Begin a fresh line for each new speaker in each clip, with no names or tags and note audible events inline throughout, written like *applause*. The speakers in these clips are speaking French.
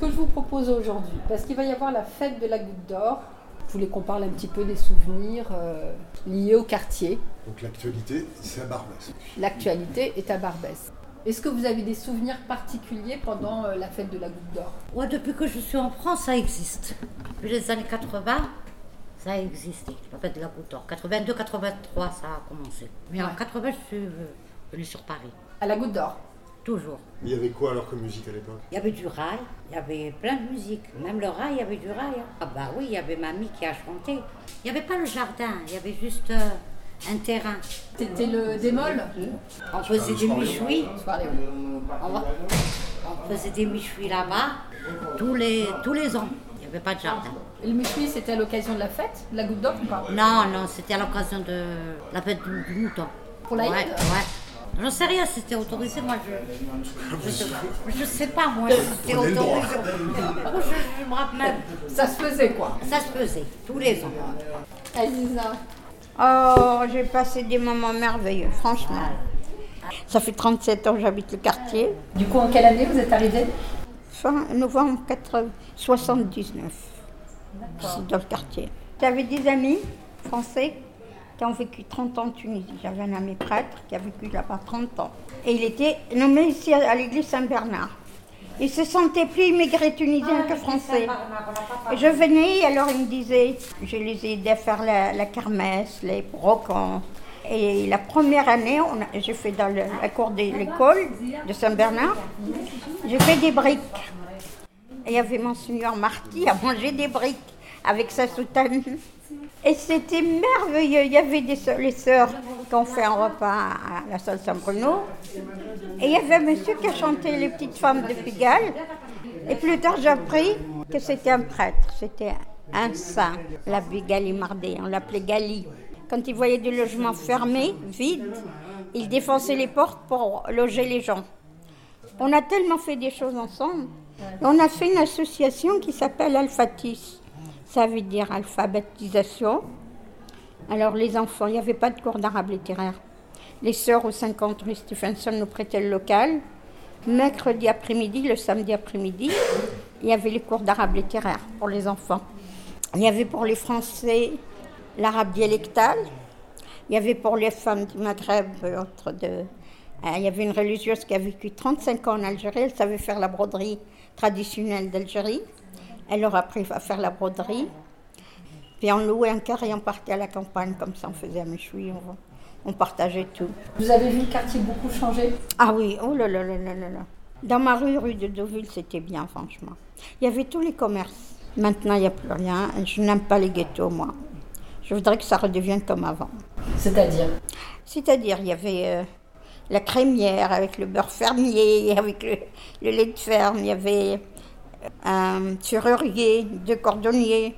Ce que je vous propose aujourd'hui, parce qu'il va y avoir la fête de la Goutte d'Or, je voulais qu'on parle un petit peu des souvenirs euh, liés au quartier.
Donc l'actualité, c'est à Barbès.
L'actualité est à Barbès. Est-ce que vous avez des souvenirs particuliers pendant euh, la fête de la Goutte d'Or
Moi, depuis que je suis en France, ça existe. Depuis les années 80, ça a existé, la fête de la Goutte d'Or. 82, 83, ça a commencé. Mais en
Ouais.
80, je suis euh, venue sur Paris,
À la Goutte d'Or
toujours.
Il y avait quoi alors comme musique à *laughs* l'époque
Il y avait du rail, il y avait plein de musique. Même le rail, il y avait du rail. hein. Ah bah oui, il y avait mamie qui a chanté. Il n'y avait pas le jardin, il y avait juste euh, un terrain.
C'était le démol
On faisait des michouis.
Soirée.
On, va- on faisait des michouis là-bas tous les, tous les ans. Il n'y avait pas de jardin.
Et Le méchoui, c'était à l'occasion de la fête de la Goutte d'Or ou pas
Non, non, c'était à l'occasion de la fête du, du mouton.
Pour la
ouais,
Inde
ouais. J'en sais rien si c'était autorisé, moi je. Je sais, je sais pas, moi, si c'était
Prenez le
autorisé.
droit.
Moi, je, je me rappelle.
Ça se faisait quoi
Ça se faisait tous les ans.
Aziza
Oh, j'ai passé des moments merveilleux, franchement. Ça fait 37 ans que j'habite le quartier.
Du coup, en quelle année vous êtes arrivée
Fin novembre 80 79, c'est dans le quartier. J'avais des amis français qui ont vécu 30 ans en Tunisie. J'avais un ami prêtre qui a vécu là-bas 30 ans. Et il était nommé ici à à l'église Saint-Bernard. Il se sentait plus immigré tunisien que français. Je venais, alors il me disait, je les ai aidés à faire la, la kermesse, les brocantes. Et la première année, on a- j'ai fait dans le- la cour de l'école de Saint-Bernard, j'ai fait des briques. Et il y avait Monseigneur Marty à manger des briques avec sa soutane. Et c'était merveilleux. Il y avait des sœurs- les sœurs qui ont fait un repas à la salle Saint-Bruno. Et il y avait un monsieur qui a chanté Les Petites Femmes de Pigalle. Et plus tard, j'ai appris que c'était un prêtre, c'était un saint, l'abbé Galimardé. On l'appelait Gali. Quand il voyait des logements fermés, vides, il défonçait les portes pour loger les gens. On a tellement fait des choses ensemble. Et on a fait une association qui s'appelle Alphatis. Ça veut dire alphabétisation. Alors les enfants, il n'y avait pas de cours d'arabe littéraire. Les sœurs au 50 rue Stephenson nous prêtaient le local. Mercredi après-midi, le samedi après-midi, il y avait les cours d'arabe littéraire pour les enfants. Il y avait pour les Français l'arabe dialectal. Il y avait pour les femmes du Maghreb, l'autre de... euh, il y avait une religieuse qui a vécu 35 ans en Algérie. Elle savait faire la broderie traditionnelle d'Algérie. Elle leur a appris à faire la broderie. Puis on louait un carré, on partait à la campagne, comme ça on faisait un méchoui, on, on partageait tout.
Vous avez vu le quartier beaucoup changer
Ah oui, oh là là là là là là. Dans ma rue, rue de Deauville, c'était bien, franchement. Il y avait tous les commerces. Maintenant, il n'y a plus rien. Je n'aime pas les ghettos, moi. Je voudrais que ça redevienne comme avant.
C'est-à-dire
C'est-à-dire, il y avait euh, la crémière avec le beurre fermier, *laughs* avec le, le lait de ferme, il y avait un serrurier, deux cordonniers,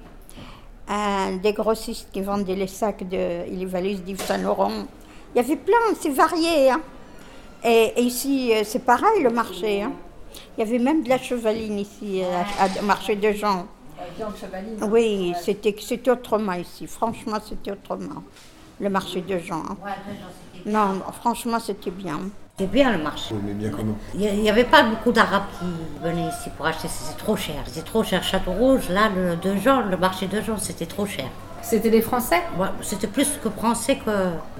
un- des grossistes qui vendaient les sacs de, et les valises d'Yves Saint-Laurent. Il y avait plein, c'est varié. hein. Et, et ici, euh, c'est pareil le marché. hein. Il y avait même de la chevaline ici, euh, à- à- au marché de Jean.
Viande chevaline.
Oui, c'était c'était autrement ici. Franchement, c'était autrement. Le marché de Jean. hein. Non, franchement, c'était bien.
C'était bien le marché.
On aimait bien comment
Il n'y avait pas beaucoup d'Arabes qui venaient ici pour acheter, c'était trop cher. C'était trop cher. Château Rouge, là, le, de Jean, le marché de Jean, c'était trop cher.
C'était des Français
Ouais, c'était plus que français que.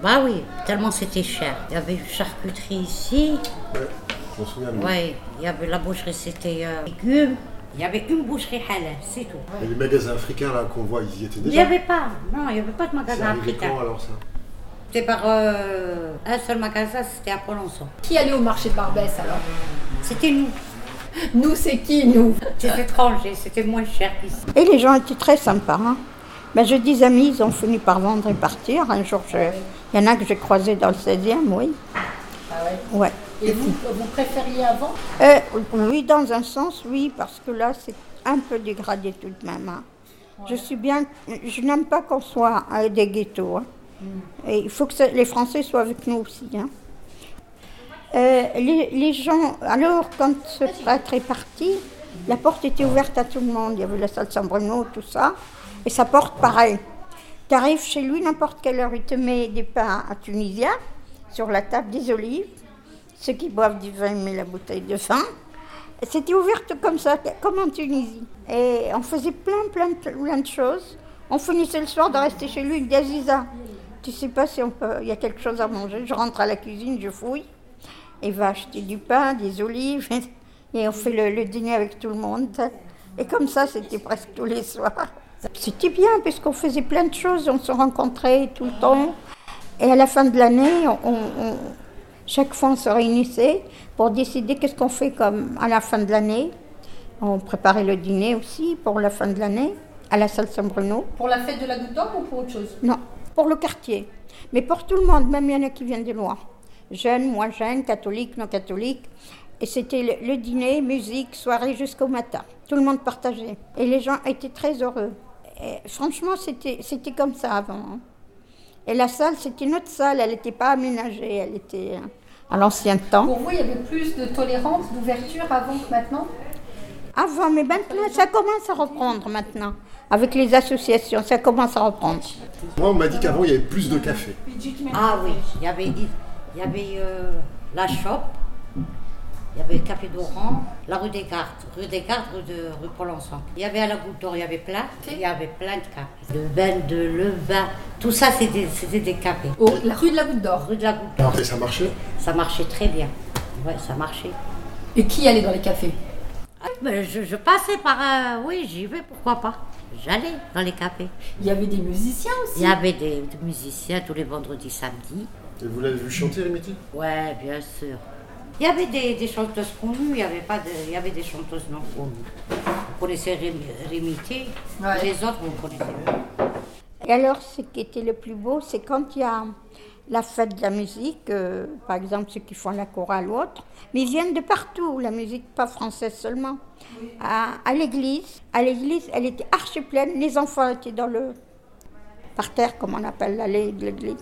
Bah oui, tellement c'était cher. Il y avait une charcuterie ici,
Ouais, je m'en souviens. mais-
ouais, il y avait la boucherie, c'était euh, légumes. Il y avait une boucherie halal, c'est tout.
Mais les magasins africains là qu'on voit, ils y étaient
Il n'y
déjà.
avait pas, non, il n'y avait pas de
C'est
magasin
arrivé quand
africain.
alors ça
C'était par euh, un seul magasin, c'était à Polonceau.
Qui allait au marché de Barbès alors
C'était nous,
Nous, c'est qui nous
c'était étranger, c'était moins cher qu'ici.
Et les gens étaient très sympas. hein. Ben, j'ai des amis, ils ont fini par vendre et partir. Un jour, je- il y en a que j'ai croisé dans le 16e, oui.
Ah ouais.
Ouais.
Et vous, vous préfériez avant
Euh, oui, dans un sens, oui, parce que là, c'est un peu dégradé tout de même. hein. Je suis bien. Je n'aime pas qu'on soit euh, des ghettos. hein.
Mm.
Et il faut que ça- les Français soient avec nous aussi. hein. Euh, les, les gens. Alors, quand ce prêtre est parti, la porte était ouverte à tout le monde. Il y avait la salle Saint-Bruno, tout ça. Et sa porte, pareil. Tu arrives chez lui, n'importe quelle heure, il te met des pains à Tunisien, sur la table des olives. Ceux qui boivent du vin, il met la bouteille de vin. C'était ouverte comme ça, comme en Tunisie. Et on faisait plein, plein, plein de choses. On finissait le soir de rester chez lui, il dit Aziza, tu sais pas si on peut, il y a quelque chose à manger. Je rentre à la cuisine, je fouille. Il va acheter du pain, des olives, et on fait le, le dîner avec tout le monde. Et comme ça, c'était presque tous les soirs. C'était bien, puisqu'on faisait plein de choses, on se rencontrait tout le temps. Et à la fin de l'année, on, on- chaque fois, on se réunissait pour décider qu'est-ce qu'on fait comme à la fin de l'année. On préparait le dîner aussi pour la fin de l'année à la salle Saint-Bruno.
Pour la fête de la goutte d'or ou pour autre chose
Non, pour le quartier. Mais pour tout le monde, même il y en a qui viennent de loin. Jeunes, moins jeunes, catholiques, non catholiques. Et c'était le, le dîner, musique, soirée jusqu'au matin. Tout le monde partageait. Et les gens étaient très heureux. Et franchement, c'était c'était comme ça avant. hein. Et la salle, c'était notre salle. Elle n'était pas aménagée. Elle était euh, à l'ancien temps.
Pour vous, il y avait plus de tolérance, d'ouverture avant que maintenant
Avant, mais maintenant, ça commence à reprendre maintenant. Avec les associations, ça commence à reprendre.
Moi, on m'a dit qu'avant, il y avait plus de café.
Ah oui, il y avait, il y avait euh, la shop, il y avait le café d'Oran, la rue des Cartes, rue des Cartes, rue, de, rue Prolençon. Il y avait à la Goutte d'Or, il y avait plein, il y avait plein de cafés. Le bain, de le vin, tout ça c'était c'était des cafés.
Au- La rue de la goutte d'or.
Rue de la Goutte d'Or,
Et ça marchait
ça marchait très bien. Ouais, ça marchait.
Et qui allait dans les cafés
Ah, mais je, je passais par, euh, oui, j'y vais, pourquoi pas. J'allais dans les cafés.
Il y avait des musiciens aussi.
Il y avait des, des musiciens tous les vendredis, samedis.
Et vous l'avez vu chanter, Rémiti
Ouais, bien sûr. Il y avait des, des chanteuses connues, il y avait pas de, il y avait des chanteuses non connues. On connaissait Ré- Rémité,
Ouais.
les autres on connaissait pas.
Et alors, ce qui était le plus beau, c'est quand il y a la fête de la musique, euh, par exemple ceux qui font la chorale ou autre, mais ils viennent de partout, la musique pas française seulement. À, à l'église, à l'église, elle était archi pleine, les enfants étaient dans le par terre, comme on appelle l'allée de l'église.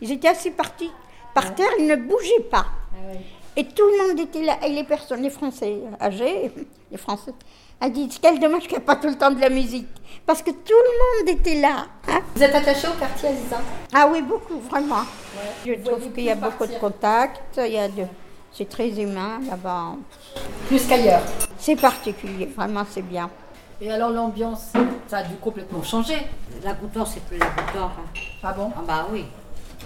Ils étaient assis partis par terre, ils ne bougeaient pas. Et tout le monde était là, et les personnes, les Français âgés, *laughs* les Français, elles disent quel dommage qu'il n'y a pas tout le temps de la musique, parce que tout le monde était là. hein.
Vous êtes attaché au quartier Aziza
Ah oui, beaucoup, vraiment. Je
Vous
trouve
voyez
qu'il y a
tout
beaucoup de
partir.
contacts, il y a de... c'est très humain là-bas.
Plus qu'ailleurs.
C'est particulier, vraiment, c'est bien.
Et alors l'ambiance, ça a dû complètement changer.
La Goutte d'Or, c'est plus la Goutte d'Or. hein.
Ah bon
Ah bah oui,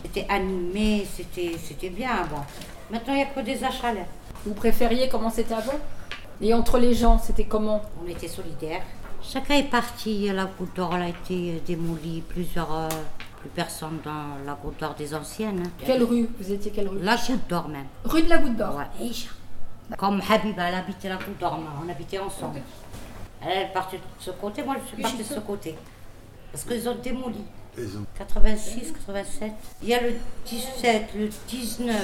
c'était animé, c'était, c'était bien avant. Maintenant il n'y a que des achalais.
Vous préfériez comment c'était avant Et entre les gens, c'était comment
On était solidaires. Chacun est parti, la Goutte d'Or elle a été euh, démolie, plusieurs, euh, plus personne dans la Goutte d'Or des anciennes. hein.
Quelle rue Vous étiez quelle rue
La Goutte d'Or même.
Rue de la Goutte d'Or.
Ouais, Aïcha. Comme Habiba, elle habitait la Côte d'Or, on habitait ensemble. Elle est partie de ce côté, moi je suis partie de ce côté. Parce qu'ils ont démoli.
Et ils ont-
86, 87. Il y a le 17, le 19,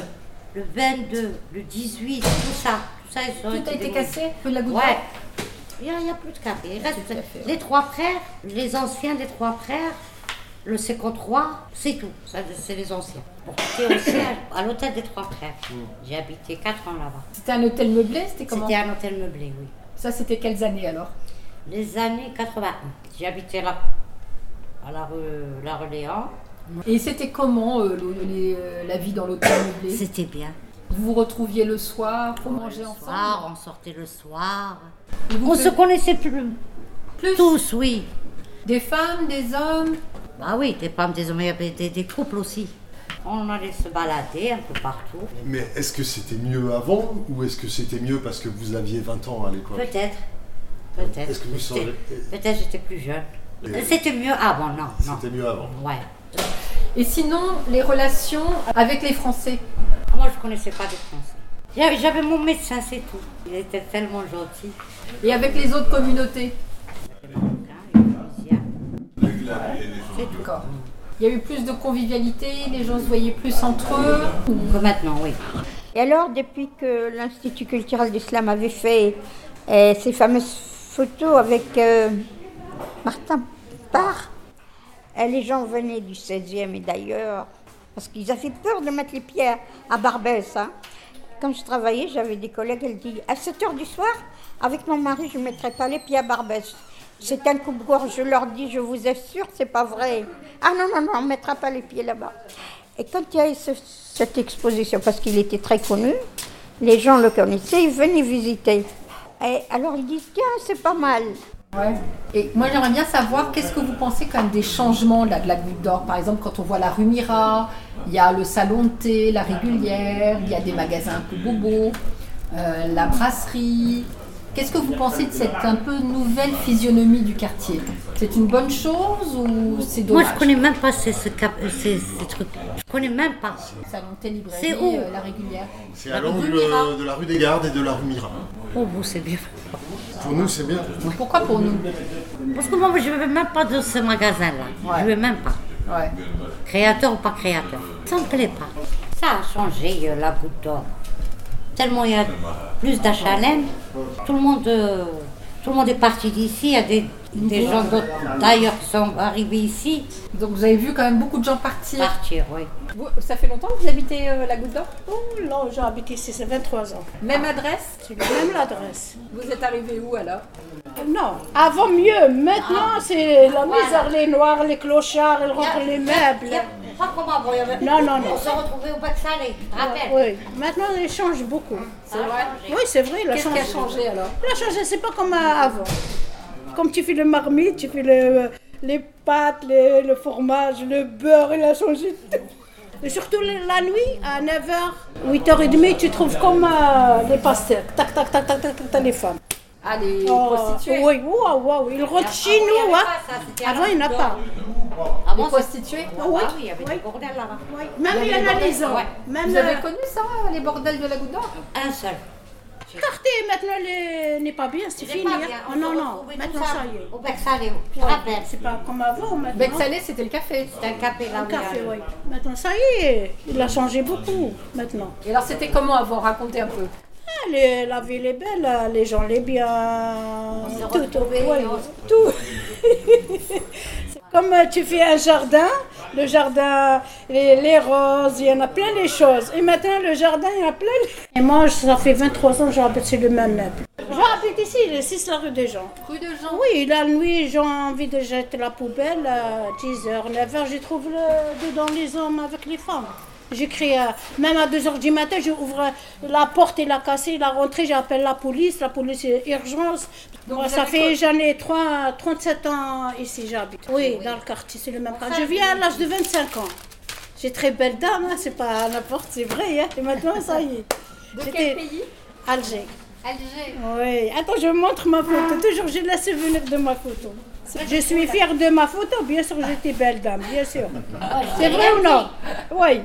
le 22, le 18, tout ça. Tout ça, ils ont
Tout a été
démolis.
cassé Rue de la Goutte
Ouais.
d'Or
Il n'y a, il y a plus de café. Il reste
Plus de café, ouais.
les trois frères, les anciens des trois frères, le 53, c'est tout. Ça, c'est les anciens. Bon, j'étais aussi à, à l'hôtel des trois frères. J'ai habité 4 ans là-bas.
C'était un hôtel meublé C'était Mm. comment
C'était un hôtel meublé, oui.
Ça, c'était quelles années alors
Les années 81. J'habitais là, à la rue La Reléan.
Et c'était comment euh, le- les, euh, la vie dans l'hôtel meublé
C'était bien.
Vous vous retrouviez le soir pour manger
le
ensemble
soir, on sortait le soir.
Et vous
On se
faisiez
connaissait plus.
plus
Tous, oui.
Des femmes, des hommes
Bah oui, des femmes, des hommes, il y avait des, des couples aussi. On allait se balader un peu partout.
Mais est-ce que c'était mieux avant ou est-ce que c'était mieux parce que vous aviez 20 ans à l'époque
Peut-être. Peut-être.
Est-ce que vous sentez-
Peut-être j'étais plus jeune.
Et-
C'était mieux avant, non, non. Ah,
C'était mieux avant.
Ouais.
Et sinon, les relations avec les Français
Moi, je connaissais pas de français. J'avais j'avais mon médecin, c'est tout. Il était tellement gentil.
et avec les autres communautés D'accord. Il y a eu plus de convivialité, les gens se voyaient plus entre eux.
Que maintenant, oui.
Et alors, depuis que l'Institut culturel d'Islam avait fait euh, ces fameuses photos avec euh, Martin Parr, euh, les gens venaient du 16e et d'ailleurs, parce qu'ils avaient peur de mettre les pieds à, à Barbès. hein. Quand je travaillais, j'avais des collègues, elles disaient À 7 h du soir, avec mon mari, je ne mettrai pas les pieds à Barbès. C'est un coupe-gorge. Je leur dis Je vous assure, c'est pas vrai. Ah non, non, non, on ne mettra pas les pieds là-bas. Et quand il y a eu ce- cette exposition, parce qu'il était très connu, les gens le connaissaient, ils venaient visiter. Et alors ils disent tiens, c'est pas mal.
Ouais. Et moi j'aimerais bien savoir qu'est-ce que vous pensez quand même des changements là, de la Goutte d'Or. Par exemple, quand on voit la Rumira, il y a le salon de thé, la régulière, il y a des magasins un peu bobos, euh, la brasserie. Qu'est-ce que vous pensez de cette un peu nouvelle physionomie du quartier C'est une bonne chose ou c'est
Moi,
dommage
je connais même pas ces, ce cap- euh, ces, ces trucs. Je connais même pas.
Salon de thé, librairie,
C'est où
euh, la régulière.
C'est
La
à
rue
l'angle
Mira.
euh, de la rue des Gardes et de la rue Mira.
Oh, vous, c'est bien.
Pour nous, c'est bien. Pour nous.
Pourquoi pour nous
Parce que moi, je ne vais même pas dans ce magasin-là. Je ne vais même pas.
Ouais.
Créateur ou pas créateur. Ça ne me plaît pas. Ça a changé euh, la goutte d'or. Tellement il y a plus d'HLM. Tout le monde, euh, tout le monde est parti d'ici. Il y a des, des gens d'autres- d'ailleurs qui sont arrivés ici.
Donc vous avez vu quand même beaucoup de gens partir.
Partir, oui.
Ah. Vous- ça fait longtemps que vous habitez euh, la Goutte d'Or
Oh là, j'ai habité ici, c'est 23 ans.
Même adresse
C'est la même l'adresse.
Vous êtes arrivé où alors
Non, avant mieux.
Ah.
Maintenant, c'est la misère, les noirs, les clochards, ils rentrent les
Il
meubles.
y a- Pas comme avant, il y avait-
Non, non, non. Ah,
On se retrouvait au bac salé, je te rappelle.
Oui, maintenant, ils changent beaucoup.
C'est vrai
Oui, c'est vrai, il a
Qu'est-ce qui
changé.
a changé alors
Il a changé, c'est pas comme euh, avant. Comme tu fais le marmite, tu fais le- euh, les pâtes, le- le fromage, le beurre, il a changé tout. Et surtout le- la nuit, à 9h, 8h30, tu trouves comme euh, les pasteurs. Tac, tac, tac, tac, tac, tac, tac, les femmes.
Ah, les
Oh,
prostituées
Oui, waouh, waouh, il rentre chez
il y avait
nous. hein.
pas ça, c'était
Avant, il n'y en a
avant.
pas.
Avant,
Les
c'était-
prostituées
Ah
Oui,
oui, il y avait
oui.
des bordels là-bas.
Oui, Même il y en a
bordels,
les hommes.
ouais.
Même euh,
Vous
le
avez connu ça, les bordels de la Goutte d'Or
Un seul.
quartier, maintenant, les- n'est pas bien, c'est
C'est
fini.
pas
hein.
bien,
Oh,
on
non,
se
non,
retrouvait
maintenant,
tous
ça
à-
y est.
Au bac salé, je te rappelle.
C'est pas comme avant, maintenant.
Bec salé, Ben, c'était le café.
C'était un café là
Un
où
café,
il y a-
oui. Maintenant, ça y est, il a changé beaucoup, maintenant.
Et alors, c'était comment avant Racontez un peu.
Ah, les- la ville est belle, hein, les gens les bien,
s'est
tout, tout,
retrouvés,
ouais,
on-
*laughs* tout. C'est Comme euh, tu fais un jardin, le jardin, les, les roses, il y en a plein les choses. Et maintenant, le jardin, il y en a plein. les- Et moi, ça fait 23 ans que j'habite sur le même meuble. J'habite ici, le 6 la rue des gens.
Rue de Jean.
Oui, la nuit, j'ai envie de jeter la poubelle à 10h, 9h, je trouve le- dedans les hommes avec les femmes. J'écris, euh, même à 2h du matin, j'ouvre la porte, il a cassé, il a rentré, j'appelle la police, la police est urgence.
Donc
Moi,
vous
ça
avez
fait,
quoi
j'en ai trois- 37 ans ici, j'habite. Oui, dans le quartier, c'est le même quartier. Je viens à l'âge de 25 ans. J'ai très belle dame, hein, c'est pas n'importe, c'est vrai. hein. Et maintenant, ça y est.
De
J'étais-
quel pays
Alger.
Alger.
Oui, attends, je montre ma photo. Toujours, j'ai la souvenir de ma photo. Je suis fière de ma photo. Bien sûr, j'étais belle dame, bien sûr. C'est vrai ou non Oui.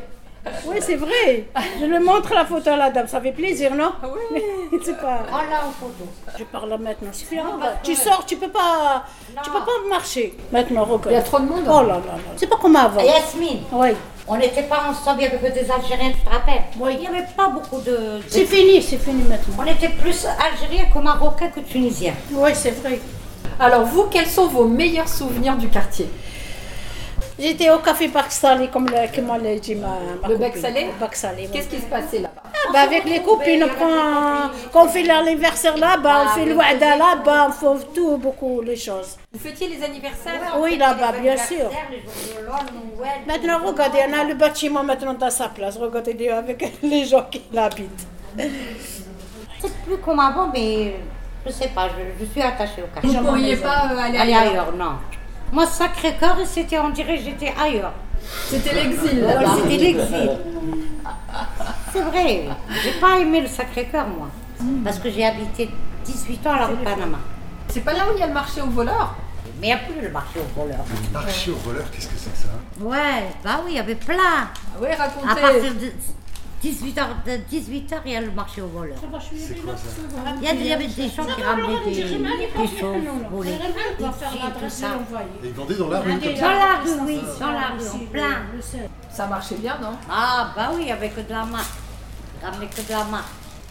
Oui, c'est vrai. Je le montre la photo à la dame. Ça fait plaisir, non Oui. *laughs* c'est pas.
Prends-la en photo.
Je parle là maintenant. C'est fier. Tu sors, tu peux pas, tu peux pas marcher. Maintenant,
Il y a
regarde.
trop de monde. hein.
Oh là là là. C'est pas comme avant.
Yasmine,
Oui.
on n'était pas ensemble, il n'y avait que des Algériens, tu te rappelles
Oui.
Il n'y avait pas beaucoup de... de-
C'est fini, c'est fini
On
maintenant.
était plus Algériens que Marocains que Tunisiens.
Oui, c'est vrai.
Alors, vous, quels sont vos meilleurs souvenirs du quartier
J'étais au café Bac Salé, comme, le, comme l'a dit ma, ma
Le Bac
copine.
Salé
Bac Salé, oui.
Qu'est-ce qui se passait là-bas
Bah, avec les copines, on prend, quand on fait l'anniversaire là-bas, on fait le wada là-bas, on fait tout, beaucoup les choses.
Vous fêtiez les anniversaires
Oui, là-bas, bien sûr.
Les jours de l'homme, Noël,
Maintenant, regardez, on a le bâtiment maintenant dans sa place, regardez avec *laughs* les gens qui l'habitent.
C'est plus comme avant, mais je sais pas, je, je suis attachée au quartier.
Vous ne pourriez pas euh, aller
Aller
ailleurs.
ailleurs, non. Moi, Sacré-Cœur, c'était, on dirait, j'étais ailleurs.
C'était l'exil
Voilà,
là-bas.
C'était l'exil. C'est vrai, j'ai pas aimé le Sacré-Cœur, moi. Parce que j'ai habité 18 ans à la rue Panama.
C'est pas là où il y a le marché aux voleurs
Mais il n'y a plus le marché aux voleurs.
Marché au voleur, qu'est-ce que c'est que ça
Ouais, bah oui, il y avait plein.
Oui,
À
racontez.
partir de 18h, de 18 heures, il y a le marché aux voleurs.
C'est quoi ça
Il y, a- il y avait des gens qui ramenaient des, des choses volées.
Et ils vendaient dans la rue comme
euh,
Dans
ça.
la rue, oui, dans la rue, en plein.
Ça marchait bien, non
Ah, bah oui, il n'y avait que de la marque. Il ramenait que de la marque.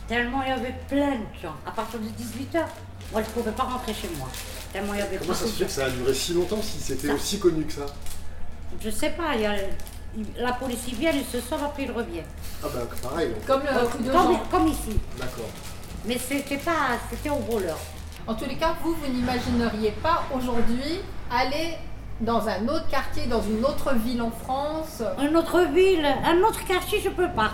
Tellement il y avait plein de gens. À partir de 18h, moi, je ne pouvais pas rentrer chez moi. Tellement il y avait
Comment ça
beaucoup
se fait
de
que ça a duré si longtemps si c'était aussi connu que ça
Je sais pas, il y a- il- la police, ils viennent, ils se sauvent, après ils reviennent.
Ah bah pareil, donc.
Comme le rue de
Comme,
Jean.
comme ici.
d'accord.
Mais c'était pas, c'était au voleur.
En tous les cas, vous, vous n'imagineriez pas aujourd'hui aller dans un autre quartier, dans une autre ville en France.
Une autre ville, un autre quartier, je peux pas.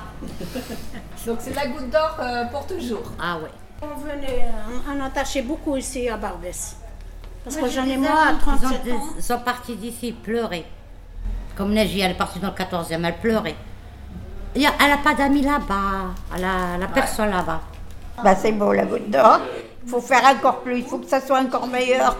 Donc c'est la goutte d'or euh, pour toujours.
Ah ouais.
On venait, euh, on on attachait beaucoup ici à Barbès. Parce que
Moi, j'ai
j'en ai
des
moi à
amis qui
37
sont-
ans.
Ils sont partis d'ici pleurer. Comme Neji, elle est partie dans le 14e, elle pleurait. Il y a- Elle n'a pas d'amis là-bas, elle a, elle a personne là-bas.
Bah, c'est beau la goutte d'or. Il faut faire encore plus, il faut que ça soit encore meilleur.